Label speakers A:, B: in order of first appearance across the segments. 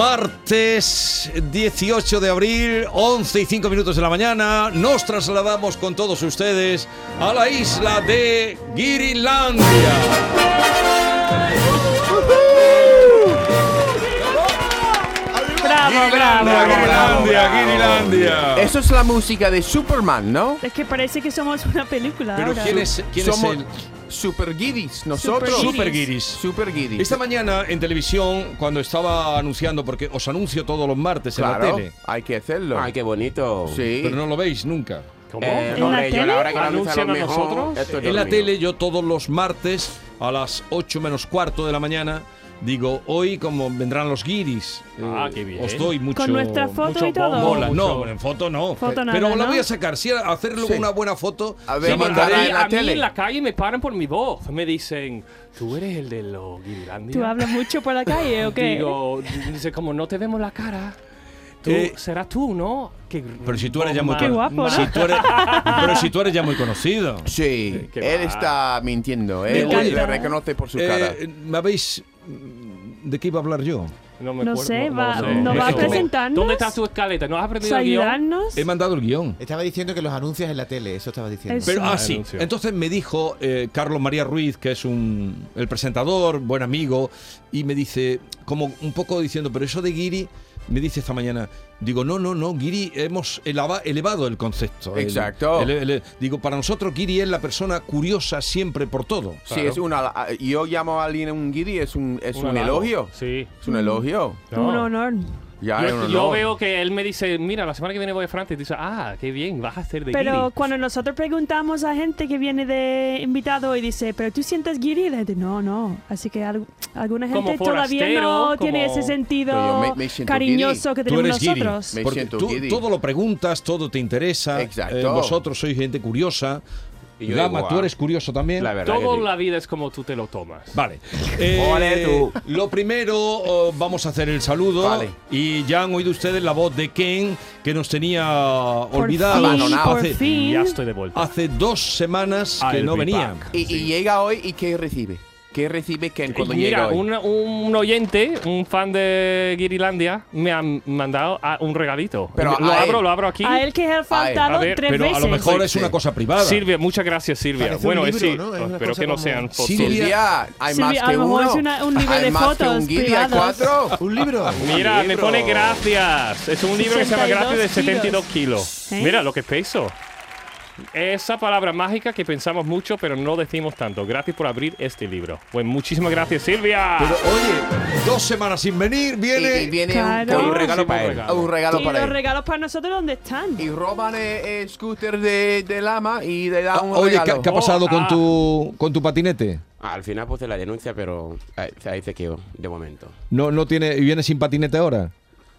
A: Martes 18 de abril, 11 y 5 minutos de la mañana, nos trasladamos con todos ustedes a la isla de Girilandia.
B: Bravo, bravo, bravo.
A: Girilandia, Girilandia.
C: Eso es la música de Superman, ¿no?
B: Es que parece que somos una película
A: Pero
B: ahora.
A: ¿quién es, quién es
C: Somos
A: el
C: Super Guiris, nosotros.
B: Guiris.
A: Super Guiris?
C: Super Guiris.
A: Esta mañana en televisión, cuando estaba anunciando, porque os anuncio todos los martes en la
C: claro,
A: tele,
C: hay que hacerlo.
D: Ay, qué bonito.
C: sí.
A: pero no lo veis nunca.
D: ¿Cómo?
C: Eh,
B: ¿En la
C: hombre, yo a
B: tele?
C: la hora que lo anuncio, a lo
D: ¿Anuncian a
C: mejor,
D: nosotros?
C: esto es
A: en la
C: dormido.
A: tele yo todos los martes a las 8 menos cuarto de la mañana digo, hoy como vendrán los guiris, eh,
D: Ah, qué bien.
A: os doy mucho...
B: Con nuestra foto
D: mucho
B: y todo.
D: bombo,
A: Mola, no, en foto no.
B: Oh. Foto nada,
A: pero la
B: ¿no?
A: voy a sacar, sí, a hacerle
C: Sí.
A: una buena foto.
C: A
A: se
C: ver,
A: llama-
C: mandará
D: a mí,
C: en la
D: a mí
C: tele.
D: en la calle me paran por mi voz. Me dicen, ¿tú eres el de los Guirilandia?
B: ¿Tú hablas mucho por la calle o qué?
D: Digo, dice, como no te vemos la cara, tú,
A: Eh,
D: serás tú, ¿no? Qué
A: Pero si tú eres ya muy
B: Qué
A: cono-
B: guapo, ¿no?
A: si tú eres- pero si tú eres ya muy conocido.
C: Sí,
D: qué
C: él
D: va.
C: está mintiendo. ¿eh?
A: Me
C: Él
A: encanta.
C: le reconoce por su
A: Eh,
C: cara.
A: ¿Me habéis. mm, ¿De qué iba a hablar yo?
D: No, me
B: No
D: acuerdo,
B: sé, va-
A: ¿no va a
D: Eso.
B: presentarnos?
D: ¿Dónde está tu escaleta? ¿No has aprendido el guión?
B: ¿Ayudarnos?
A: He mandado el guión.
E: Estaba diciendo que los anuncias en la tele, eso estaba diciendo.
B: Eso.
A: Pero, ah,
D: Ah,
A: sí.
D: anuncio.
A: Entonces me dijo eh, Carlos María Ruiz, que es un, el presentador, buen amigo, y me dice, como un poco diciendo, pero eso de Guiri, me dice esta mañana, digo, no, no, no, Guiri, hemos eleva- elevado el concepto. El-
C: Exacto.
A: el- el- el- digo, para nosotros Guiri es la persona curiosa siempre por todo.
C: Sí, es una. ah, Yo llamo a alguien un Guiri, es un, es un,
D: halago.
C: elogio.
D: Sí.
C: Es un elogio.
D: No.
B: Un honor.
C: Ya, es un
D: Yo, yo
C: honor.
D: veo que él me dice, mira, la semana que viene voy a Francia. Y dice, ah, qué bien, vas a hacer de
B: Pero
D: guiri.
B: cuando nosotros preguntamos a gente que viene de invitado y dice, ¿pero tú sientes guiri? La gente, no, no. Así que al- alguna
D: Como
B: gente todavía no
D: forastero,
B: tiene
D: como-
B: ese
C: Pero
B: sentido
C: yo me- me siento
B: cariñoso que
A: Tú
B: tenemos
A: eres Guiri.
B: nosotros.
C: Me
A: Porque
C: siento
A: tú
C: Guiri.
A: todo lo preguntas, todo te interesa.
C: Exacto.
A: eh, vosotros sois gente curiosa.
C: Y yo
A: Lama,
C: igual.
A: tú eres curioso también.
C: La verdad.
D: Todo
C: que sí.
D: la vida es como tú te lo tomas.
A: Vale. Eh,
C: Ole, tú.
A: Lo primero, oh, vamos a hacer el saludo.
C: Vale.
A: Y ya han oído ustedes la voz de Ken, que nos tenía
B: Por
A: olvidada.
B: fin,
C: abandonado.
B: por
A: Hace,
B: fin.
D: Ya estoy de vuelta.
A: hace dos semanas que
D: I'll
A: no
D: be
A: venía.
D: back.
C: Y, y llega hoy y ¿qué recibe? ¿Qué recibe Ken cuando
D: Mira,
C: llega hoy?
D: una- un oyente, un fan de Guirilandia, me ha mandado a- un regalito.
C: Pero
D: lo
C: a él.
D: abro, lo abro aquí.
B: A él que ha
C: A
B: faltado
D: ver,
B: tres
A: Pero
B: veces.
A: a lo mejor
C: Sí,
A: es una
C: sí.
A: cosa privada.
D: Silvia, muchas gracias, Silvia.
E: Parece un
D: bueno,
E: libro,
D: es sí, oh,
E: ¿no? Es una
D: espero
E: cosa
D: que no
E: como-
D: sean fotos.
A: Silvia.
C: Silvia, hay
B: Silvia,
C: más
B: a
C: que
B: lo
C: uno.
B: mejor es una- un nivel
C: hay
B: de
C: más que
B: fotos
C: un Guiri, hay
B: privados.
C: cuatro.
E: Un libro.
A: Ah,
D: Mira, me
C: libro.
D: pone gracias. Es un libro que se llama
B: 62
D: Gracias de 72 kilos.
B: ¿Eh?
D: Mira lo que peso. Esa palabra mágica que pensamos mucho, pero no decimos tanto. Gracias por abrir este libro. Pues muchísimas gracias, Silvia.
A: Pero oye, dos semanas sin venir,
C: Y,
A: viene.
C: y viene
B: Claro.
C: un, con
B: Un
C: un regalo
D: regalo
C: para él.
D: regalo.
C: Un regalo
B: y
C: para
B: los
C: él.
B: regalos para nosotros, ¿dónde están?
C: Y roban el, el scooter de, de Lama y le dan un
A: Ah, Oye, ¿qué,
C: regalo.
A: qué ha
D: Oh,
A: pasado con,
D: ah.
A: tu, con tu patinete?
F: Al final puse la denuncia, pero eh, ahí se quedó, de momento.
A: No, no tiene, ¿y ¿Viene sin patinete ahora?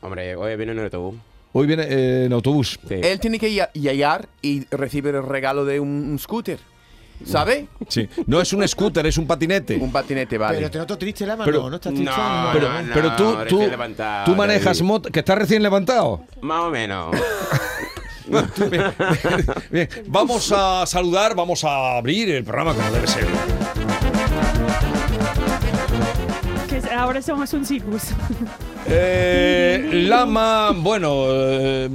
F: Hombre, hoy viene en el autobús.
A: Hoy viene eh, en autobús.
F: Sí.
C: Él tiene que ya- llegar y recibir el regalo de un, un scooter. ¿Sabe?
A: Sí. No es un scooter, es un patinete.
C: Un patinete, vale.
E: Pero te noto triste, Lama,
A: Pero-
E: no, no estás
F: No,
E: triste. Eh,
F: no,
A: pero,
F: no,
A: pero tú,
F: recién
A: tú,
F: levantado,
A: tú manejas
F: David.
A: moto, que estás recién levantado.
F: Más o menos.
A: Bien, bien. vamos a saludar, vamos a abrir el programa como debe ser.
B: Que ahora somos un circus.
A: Eh, Lama, bueno, eh,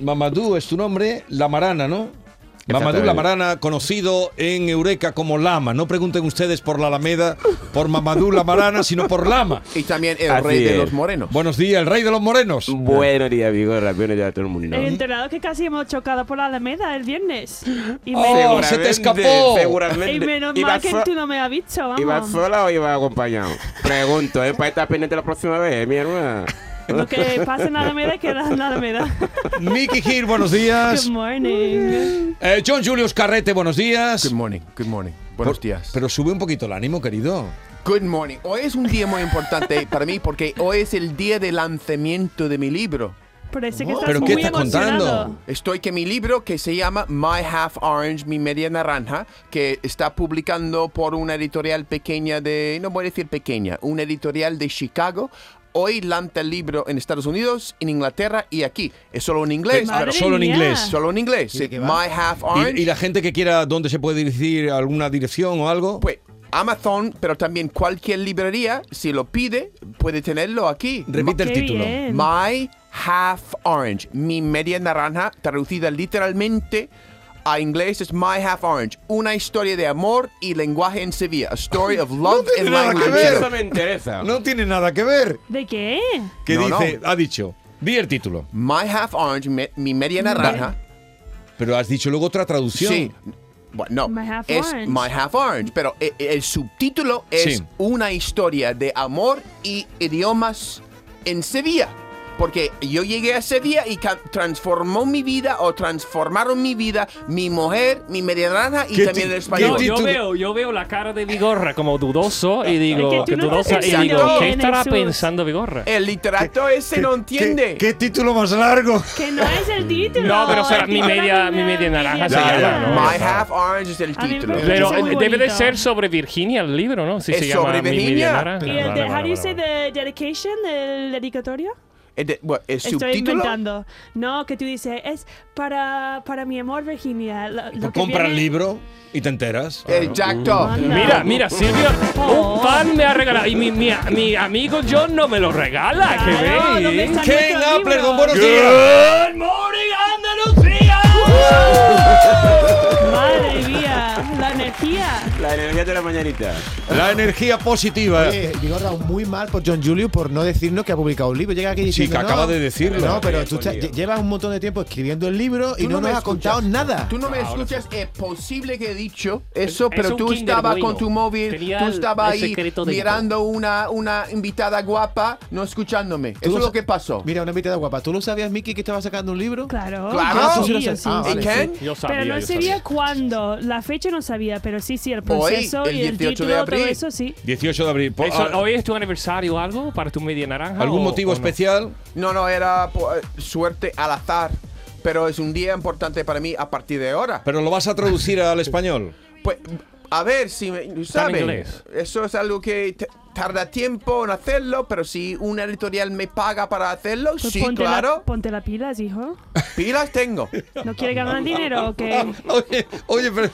A: Mamadou es tu nombre, La Marana, ¿no? Mamadou
F: Exactamente.
A: La Marana, conocido en Eureka como Lama. No pregunten ustedes por la Alameda, por Mamadou La Marana, sino por Lama.
C: Y también el
F: Así
C: rey de
F: es.
C: los morenos.
A: Buenos días, el rey de los morenos.
F: Buenos días, amigos, campeones de todo el mundo.
B: He enterado que casi hemos chocado por la Alameda el viernes. Y,
A: Oh,
B: me-
A: se te
F: Seguramente,
A: escapó.
F: Seguramente.
B: y menos
F: ¿Ibas
B: mal que
F: so-
B: tú no me has visto, vamos.
F: ¿Ibas sola o ibas acompañado? Pregunto, ¿eh? Para estar pendiente la próxima vez, ¿eh, mi hermana.
B: Lo que pasa en la Alameda queda en la Alameda.
A: Mickey Gil, buenos días.
B: Good morning.
A: Eh, John Julius Carrete, buenos días.
C: Good morning, good morning. Buenos
A: Por-
C: días.
A: Pero sube un poquito el ánimo, querido.
C: Good morning. Hoy es un día muy importante para mí porque hoy es el día de lanzamiento de mi libro.
B: Parece que estás
A: Oh. ¿Pero
B: muy
A: qué estás
B: emocionado.
A: contando?
C: Estoy que mi libro que se llama My Half Orange, mi media naranja, que está publicando por una editorial pequeña de, no voy a decir pequeña, una editorial de Chicago. Hoy lanza el libro en Estados Unidos, en Inglaterra y aquí. Es solo en inglés,
B: Madre
C: pero
A: solo en
B: mía.
A: inglés.
C: solo en inglés.
E: ¿Y de qué va?
C: My Half
A: Y,
C: Orange.
A: y la gente que quiera, ¿dónde se puede dirigir? ¿Alguna dirección o algo?
C: Pues Amazon, pero también cualquier librería, si lo pide, puede tenerlo aquí.
A: Repite el
B: Qué
A: título.
B: bien.
C: My Half Orange, mi media naranja, traducida literalmente a inglés es My Half Orange, una historia de amor y lenguaje en Sevilla, a story of love
A: tiene
C: and
A: nada que
C: language.
A: ver.
F: Eso me interesa.
A: No tiene nada que ver.
B: ¿De qué?
A: Que
C: No,
A: dice,
C: no.
A: ha dicho, di el título,
C: My Half Orange, me- mi media naranja.
A: pero has dicho luego otra traducción.
C: Sí. Bueno, no,
B: My Half
C: es
B: Orange.
C: My Half Orange, pero e- e- el, subtítulo es
A: Sí.
C: una historia de amor y idiomas en Sevilla. Porque yo llegué a Sevilla y ca- transformó mi vida o transformaron mi vida, mi mujer, mi media naranja y
A: ¿Qué
C: también
A: ti- qué
C: el
D: Yo,
C: español.
A: ti-
D: yo
A: Actitud.
D: veo, yo veo la cara de Vigorra como dudoso y digo,
B: Es que tú no
D: dudosa,
B: estás
D: y
C: viendo
D: digo,
B: bien,
D: ¿qué estará
B: Jesús.
D: pensando Vigorra?
B: Eh,
C: el literato ese no entiende.
A: ¿Qué título más largo?
B: Que no es el título.
D: No, pero será
B: el
D: mi
B: título
D: media-
B: es
D: mi media naranja
A: se llama, ¿no?
C: My
D: Ajá.
C: Half Orange es el
B: A mí me
C: título.
B: parece
D: Pero eh,
B: Eso es muy
D: debe de
B: bonito.
D: ser sobre Virginia el libro, ¿no? Si
C: ¿Es
D: se llama
C: sobre
D: Mi media
C: Virginia?
D: naranja.
B: ¿Y
D: Vale,
B: el
D: vale,
B: de How do you
D: vale,
B: say
D: vale.
B: the dedication, el dedicatorio?
C: El de- bueno, el
B: Estoy
C: subtítulo.
B: inventando. No, que tú dices, es para, para mi amor, Virginia. Lo, lo que
A: Compra el
B: viene-
A: libro y te enteras.
C: El Jack Dog.
A: Ah,
B: Anda.
D: Mira, mira, Silvio,
B: Oh.
D: un pan me ha regalado. Y mi, mi, mi amigo John no me lo regala, que
B: Claro,
D: veis.
B: ¿dónde está
A: Ken
B: nuestro
A: Apler, Ah,
B: libro?
A: don buenos días.
D: Good morning, Andalucía.
B: Madre mía, la energía.
F: La energía de la mañanita.
A: La energía positiva.
E: Oye, llegó dado eh, muy mal por John Julius por no decirnos que ha publicado un libro. Llega aquí
A: Sí,
E: diciendo,
A: que
E: "No,
A: acaba de decirlo".
E: No, pero tú estás- lle- llevas un montón de tiempo escribiendo el libro y
C: Tú
E: no,
C: me
E: nos has contado
C: escuchas.
E: nada.
C: Tú no me escuchas. Es posible que he dicho
D: Es-
C: eso,
D: Ah, es
C: pero
D: un
C: tú
D: Kinder
C: estabas
D: Bueno.
C: con tu móvil,
D: Tenía
C: tú
D: el-
C: estabas
D: el
C: ahí
D: secreto dentro.
C: mirando una, una invitada guapa, no escuchándome. Eso
E: lo
C: es
E: sa-
C: lo que pasó.
E: Mira, una invitada guapa. ¿Tú lo sabías, Mickey, que estaba sacando un libro?
B: Claro.
C: Claro.
E: Ah,
B: yo
E: tú sí lo
B: yo
E: sabes. Ah,
B: sí.
E: vale.
C: ¿Y Ken?
D: Yo sabía,
B: Pero no
D: yo
B: sabía
D: sabía.
B: cuándo, la fecha no sabía, pero sí, sí, el proceso
C: el
B: y el
C: 18
B: título,
C: de abril.
B: todo eso sí.
A: 18 de abril. Po-
D: Eso,
A: ah,
D: ¿Hoy es tu aniversario o algo para tu media naranja?
A: ¿Algún
D: o-
A: motivo
D: o no?
A: especial?
C: No, no, era po- eh, suerte al azar. Pero es un día importante para mí a partir de ahora.
A: Pero lo vas a traducir al español.
C: Pues, a ver si me,
D: inglés.
C: ¿sabes? Eso es algo que t- tarda tiempo en hacerlo, pero si una editorial me paga para hacerlo,
B: Pues
C: sí,
B: ponte,
C: claro.
B: la, ponte las pilas, hijo.
C: Pilas tengo.
B: ¿No quiere ganar dinero o qué?
A: Ah, oye, oye, pero.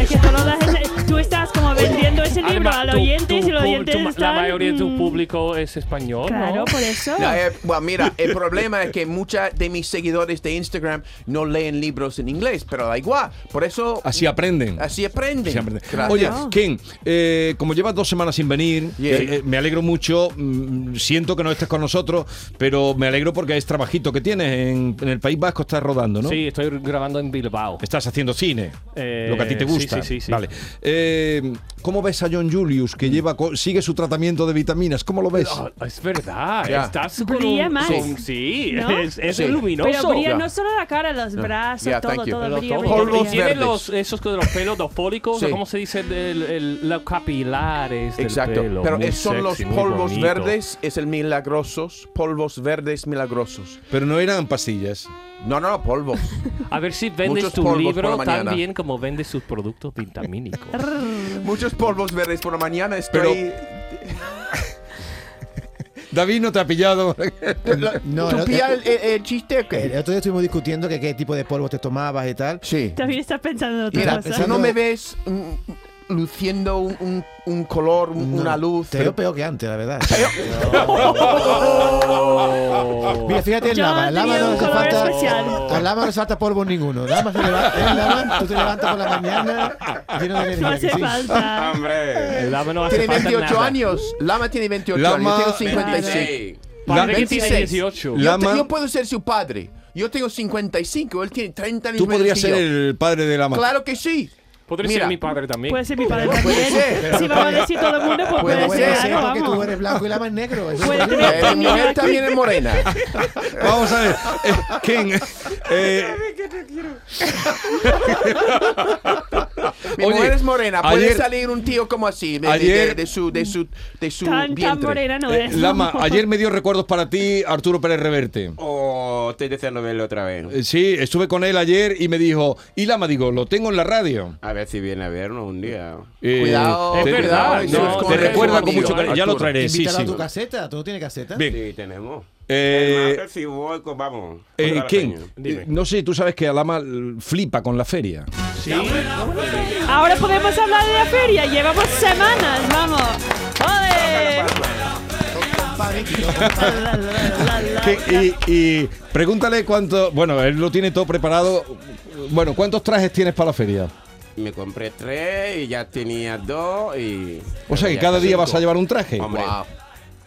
B: Es que tú, lo das en- tú estás como vendiendo ese libro
D: Además,
B: al
D: tu-
B: oyente y
D: tu
B: si los
D: pu-
B: oyentes
D: tu ma- La
B: están,
D: mayoría de tu
B: mm,
D: público es español,
B: Claro,
D: ¿no?
B: por eso.
C: No, eh, bueno, mira, el problema es que muchos de mis seguidores de Instagram no leen libros en inglés, pero da igual. Por eso
A: Así aprenden.
C: así aprenden.
A: Así aprenden.
C: Gracias.
A: Oye,
B: No.
A: Ken, eh, como llevas dos semanas sin venir,
C: Yeah.
A: eh, eh, me alegro mucho. mm, Siento que no estés con nosotros, pero me alegro porque es trabajito que tienes. En, en el País Vasco estás rodando, ¿no?
D: Sí, estoy grabando en Bilbao.
A: Estás haciendo cine,
D: Eh,
A: lo que a ti te
D: sí,
A: gusta.
D: sí, sí, sí.
A: Vale. Eh, ¿Cómo ves a John Julius que lleva co- sigue su tratamiento de vitaminas? ¿Cómo lo ves?
D: Ah, es verdad,
C: Ya.
D: estás con
B: Brilla
D: un,
B: más.
D: con- sí,
B: ¿No?
D: es, es
C: Sí.
D: luminoso.
B: pero brilla
C: Ya.
B: no solo la cara, los brazos,
C: Yeah,
B: todo,
C: thank you.
B: todo
D: Pero
B: brilla,
D: todo.
B: brilla,
C: Polvos
D: y
B: brilla.
D: tiene
C: verdes.
D: los, esos de los pelos, los fólicos,
C: Sí.
D: o ¿cómo se dice? Del, el- los capilares. del
C: Exacto.
D: pelo,
C: pero
D: muy
C: es- son
D: sexy,
C: los
D: muy
C: polvos
D: bonito.
C: verdes, es el milagrosos. Polvos verdes milagrosos.
A: Pero no eran pastillas.
C: No, no, no, polvos.
D: A ver si vendes
C: Muchos
D: tu
C: polvos
D: libro
C: por la
D: tan
C: mañana.
D: bien como vendes sus productos vitamínicos.
C: Muchos polvos verdes por la mañana
A: Pero-
C: estoy.
A: David no te ha pillado.
C: La-
E: No,
C: ¿Tú
E: no,
C: pillas
E: eh,
C: el, el- el chiste o
E: El
C: qué?
E: otro día estuvimos discutiendo que qué tipo de polvo te tomabas y tal.
C: Sí.
B: También estás pensando en otra
C: Mira,
B: cosa.
C: tú no me ves mm, luciendo un, un- un color, un-
E: No,
C: una luz.
E: Te veo peor que antes, la verdad.
D: Oh.
E: Mira, fíjate en
B: Yo
E: lava.
B: tenía
E: En lava no
B: un
E: hace
B: color
E: falta.
B: especial.
E: Al lava no salta polvo ninguno. Lava se levanta, en lava, tú te levantas por la mañana lleno de
B: No
E: energía.
B: hace
E: que sí.
B: falta.
F: Hombre.
D: El Lama no hace
C: Tiene
D: falta
C: 28
D: nada.
C: años. Lama tiene 28
A: Lama-
C: años. Yo tengo 56.
F: Sí.
D: Parece que tiene
C: 26.
D: 18.
A: La-
C: Yo, te-
A: Lama-
C: yo puedo ser su padre. Yo tengo 55, él tiene 30 años.
A: Tú
C: menos
A: podrías
C: que
A: ser
C: yo.
A: el padre de la madre.
C: Claro que sí.
D: Podría
C: Mira. Eh,
D: ser mi padre también.
B: Puede ser mi padre
C: Puede
B: también.
C: ser.
B: Si vamos a decir todo el mundo, pues
E: Pero
B: puede
E: bueno,
B: ser.
E: sí,
B: claro,
E: porque tú
B: vamos.
E: eres blanco y lava es negro. Eso
B: Puede
E: es
B: tener-
E: verdad.
C: Eh, mi mujer también es morena.
A: Vamos a ver. eh, Ken, eh,
C: Mi
A: Oye,
C: mujer es morena. Puede
A: ayer-
C: salir un tío como así, de, de-
A: ayer-
C: de- de su, de su, de su
B: Tan, tan
C: vientre.
B: morena Pues
A: eh,
B: no es.
A: Lama, ayer me dio recuerdos para ti Arturo Pérez Reverte.
F: Oh, estoy deseando verlo otra vez.
A: Eh, Sí, estuve con él ayer y me dijo, y Lama, digo, lo tengo en la radio.
F: A ver si viene a vernos un día.
A: Eh,
C: Cuidado,
A: te,
D: Es verdad,
A: te-
D: no,
A: te
D: es
A: recuerda
D: un
A: con mucho
D: amigo,
A: cariño. Ya lo
D: Arturo.
A: traeré, sí,
E: Invítala a
A: sí.
E: tu caseta. ¿Tú no tienes caseta?
A: Bien.
F: Sí, tenemos.
A: Eh,
F: Hermano, si voy, con- vamos.
A: eh,
F: Otra
A: King,
F: peña.
D: Dime.
A: no sé, tú sabes que Alama eh, flipa con la feria.
B: Ahora podemos hablar de la feria. Llevamos semanas, vamos. ¡Ole! La, la, la, la.
A: Que- y, y pregúntale cuánto. Bueno, él lo tiene todo preparado. Bueno, ¿cuántos trajes tienes para la feria?
F: Me compré tres y ya tenía dos y...
A: O sea que
F: ya
A: cada día
F: cinco.
A: vas a llevar un traje.
F: Hombre,
C: Wow.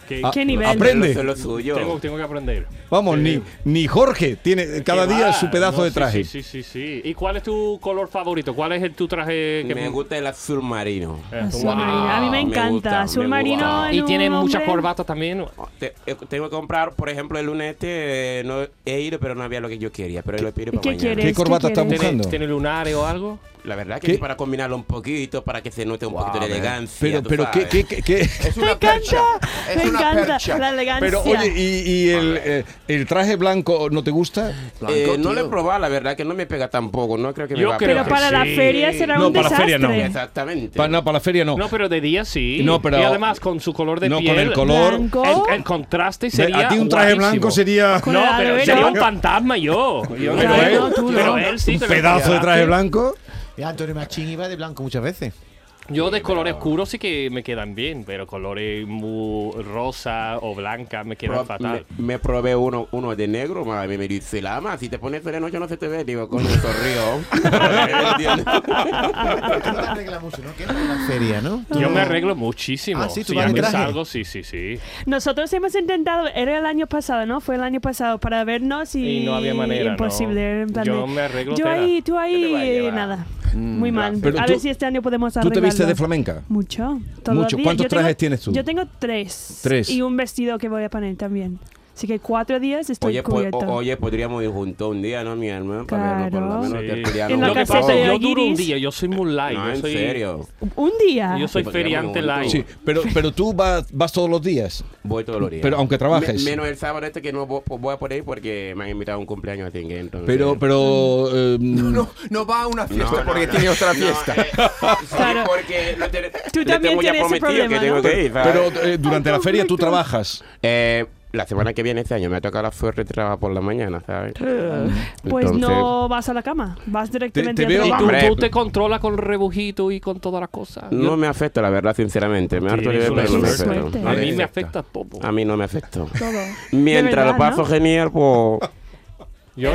D: Que-
A: Ah,
B: ¿Qué nivel?
A: Aprende.
F: Eso es lo suyo.
D: tengo, tengo que aprender.
A: Vamos, ni, ni Jorge tiene cada
D: ¿Qué
A: día
D: va?
A: su pedazo
D: No,
A: de
D: sí,
A: traje.
D: Sí, sí, sí, sí. ¿Y cuál es tu color favorito? ¿Cuál es el, tu traje que
F: Me gusta el azul marino.
D: Eh,
B: Azul
D: wow.
B: marino. A mí me
F: Me
B: encanta.
F: gusta,
B: Azul
F: me
B: marino.
F: gusta.
B: en
D: Y tiene
B: un
D: muchas
B: hombre.
D: corbatas también.
F: Te- eh, tengo que comprar, por ejemplo, el lunes este eh, no he ido, pero no había lo que yo quería, pero lo
B: ¿Y
F: pido para
B: qué
F: mañana.
B: quieres?
A: ¿Qué corbata está
B: quieres?
D: ¿Tiene,
A: Buscando.
D: tiene lunares o algo?
F: La verdad
A: ¿Qué?
F: que es para combinarlo un poquito, para que se note un poquito de
C: man.
F: elegancia.
A: Pero,
F: tú
A: pero, ¿qué,
F: sabes. Eh,
A: qué, qué- qué-
C: Es
B: Me
C: una
B: encanta.
C: percha.
B: Me
C: Es una
B: encanta.
C: percha.
B: La elegancia.
A: Pero, oye, ¿y, y el, eh, el traje blanco no te gusta?
F: Eh,
C: Blanco,
F: no lo he
C: tío.
F: probado, la verdad que no me pega tampoco, no creo que me
D: Yo
F: va a
D: creo
B: Pero
F: pegar.
D: que
B: para la
D: sí.
B: feria será
A: No,
B: un
A: para la feria
B: desastre.
A: no.
F: Exactamente.
A: Pa- no, para la feria no.
D: No, pero de día sí.
A: Oh. No, pero-
D: y además con su color de
A: no,
D: piel.
A: con el color.
B: Blanco.
D: El, el contraste
A: a
D: sería.
A: ti un traje
D: guapísimo.
A: blanco sería
B: Con
D: No,
B: el
D: pero
B: aloe
D: sería
B: vera.
D: un fantasma yo.
A: Pero
D: Yo no,
A: él-
D: yo no, tú
A: pero
D: no. él sí
A: un
D: te lo
A: pedazo de
D: queda.
A: traje blanco.
E: Ya, Antonio Machín iba de blanco muchas veces.
D: Yo de colores oscuros sí que me quedan bien, pero colores muy rosa o blanca me quedan
F: Pro-
D: fatal.
F: me, me probé uno, uno de negro, madre, me dice, Lama, si te pones de noche no se te ve. Digo, coño, sonrío.
E: Tú no te arreglas mucho, ¿no? ¿Qué es la feria, no? Tú
D: Yo
E: no-
D: me arreglo muchísimo.
E: Ah, sí, tú
D: si
E: vas
D: ya
E: de
D: me
E: traje.
D: salgo, sí, sí, sí.
B: Nosotros hemos intentado, era el año pasado, ¿no? Fue el año pasado para vernos y,
D: Y no había manera,
B: imposible.
D: no.
B: era en plan
D: Yo
B: de,
D: me arreglo
B: Yo
D: tela.
B: ahí, tú
F: te va a
B: ahí,
F: llevar?
B: nada.
D: Mm,
B: Muy mal.
A: Pero
B: a
A: tú-
B: ver si este año podemos
A: ¿Tú
B: arreglarlo.
A: te viste de flamenca?
B: Mucho. todavía.
A: Mucho. ¿Cuántos
B: Yo tengo-
A: trajes tienes tú?
B: Yo tengo tres.
A: Tres.
B: Y un vestido que voy a poner también. Así que cuatro días estoy
A: pues,
F: Oye, po-
B: cubierta.
F: o- oye, podríamos ir juntos un día, ¿no, mi hermano?
B: Claro.
F: Para vernos por lo menos.
D: Sí.
F: te pelearon
B: En la
F: un
D: Lo que
B: caseta
F: poco.
D: pasa es que
B: de
D: yo duro un
B: Aguiris.
D: día, yo soy muy light.
F: No,
D: yo
F: en
D: soy,
F: serio.
B: Un día.
D: Yo soy
F: Sí,
D: feriante light.
F: podríamos
A: Sí, pero, pero tú vas, vas todos los días.
F: Voy todos los días.
A: Pero aunque trabajes.
F: Me- menos el sábado este que no vo- po- voy a poder ir porque me han invitado a un cumpleaños así que entonces.
A: Pero, pero. eh,
C: No, no va a una
F: No,
C: fiesta
F: no,
C: porque
F: no.
C: tiene otra
F: No,
C: fiesta.
F: eh, sí,
B: Claro.
F: porque lo ten-
B: Tú
F: le
B: también
F: tengo ya
B: tienes ese
F: prometido que
B: problema,
F: tengo
B: ¿no?
F: que ir, ¿sabes?
A: Pero eh, durante la feria tú trabajas.
F: Eh, la semana que viene este año me ha tocado la suerte de trabajar por la mañana, ¿sabes?
B: Pues no
F: Entonces-
B: vas a la cama. Vas directamente
A: te
B: al
A: veo-
D: Y
B: trabajo.
D: tú,
F: Hombre.
D: tú te controlas con el rebujito y con todas las cosas.
F: No me afecta, la verdad, sinceramente. Me harto de ver,
D: Tienes
F: pero no me
B: una
F: Ah. afecta.
B: suerte.
D: A mí me afecta todo.
F: A mí no me afecta.
B: Todo.
F: Mientras
B: De verdad,
F: lo paso
B: ¿no?
F: genial, pues.
D: Yo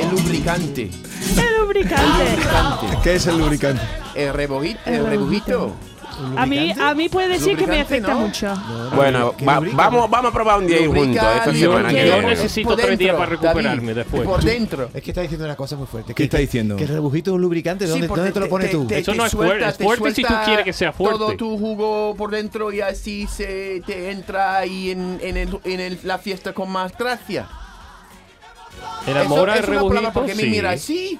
C: El lubricante.
B: El lubricante.
A: ¿Qué es el lubricante?
C: El rebujito.
B: El
C: El rebujito.
B: A mí, a mí puede decir que me
C: Lubricante,
B: afecta
C: ¿no?
B: mucho.
F: Bueno,
E: que
F: va-
E: lubrica,
F: vamos, vamos a probar un día ahí
C: Lubrica,
F: juntos. Esta
C: lubrica.
F: semana que
D: Yo
F: viene.
D: necesito tres días para recuperarme después.
C: Por dentro.
E: Es que está diciendo una cosa muy fuerte.
A: ¿Qué está diciendo?
E: Que el rebujito es un lubricante.
C: Sí,
E: ¿Dónde,
C: porque
E: dónde te, lo pones tú?
D: Eso no es fuerte, es
C: te
D: fuerte si tú
C: suelta
D: quieres que sea fuerte.
C: Todo tu jugo por dentro y así se te entra ahí en, en, el- en el- la fiesta con más gracia.
D: enamora el
C: Eso- es una palabra
D: rebujito.
C: Porque me
D: sí.
C: mira así.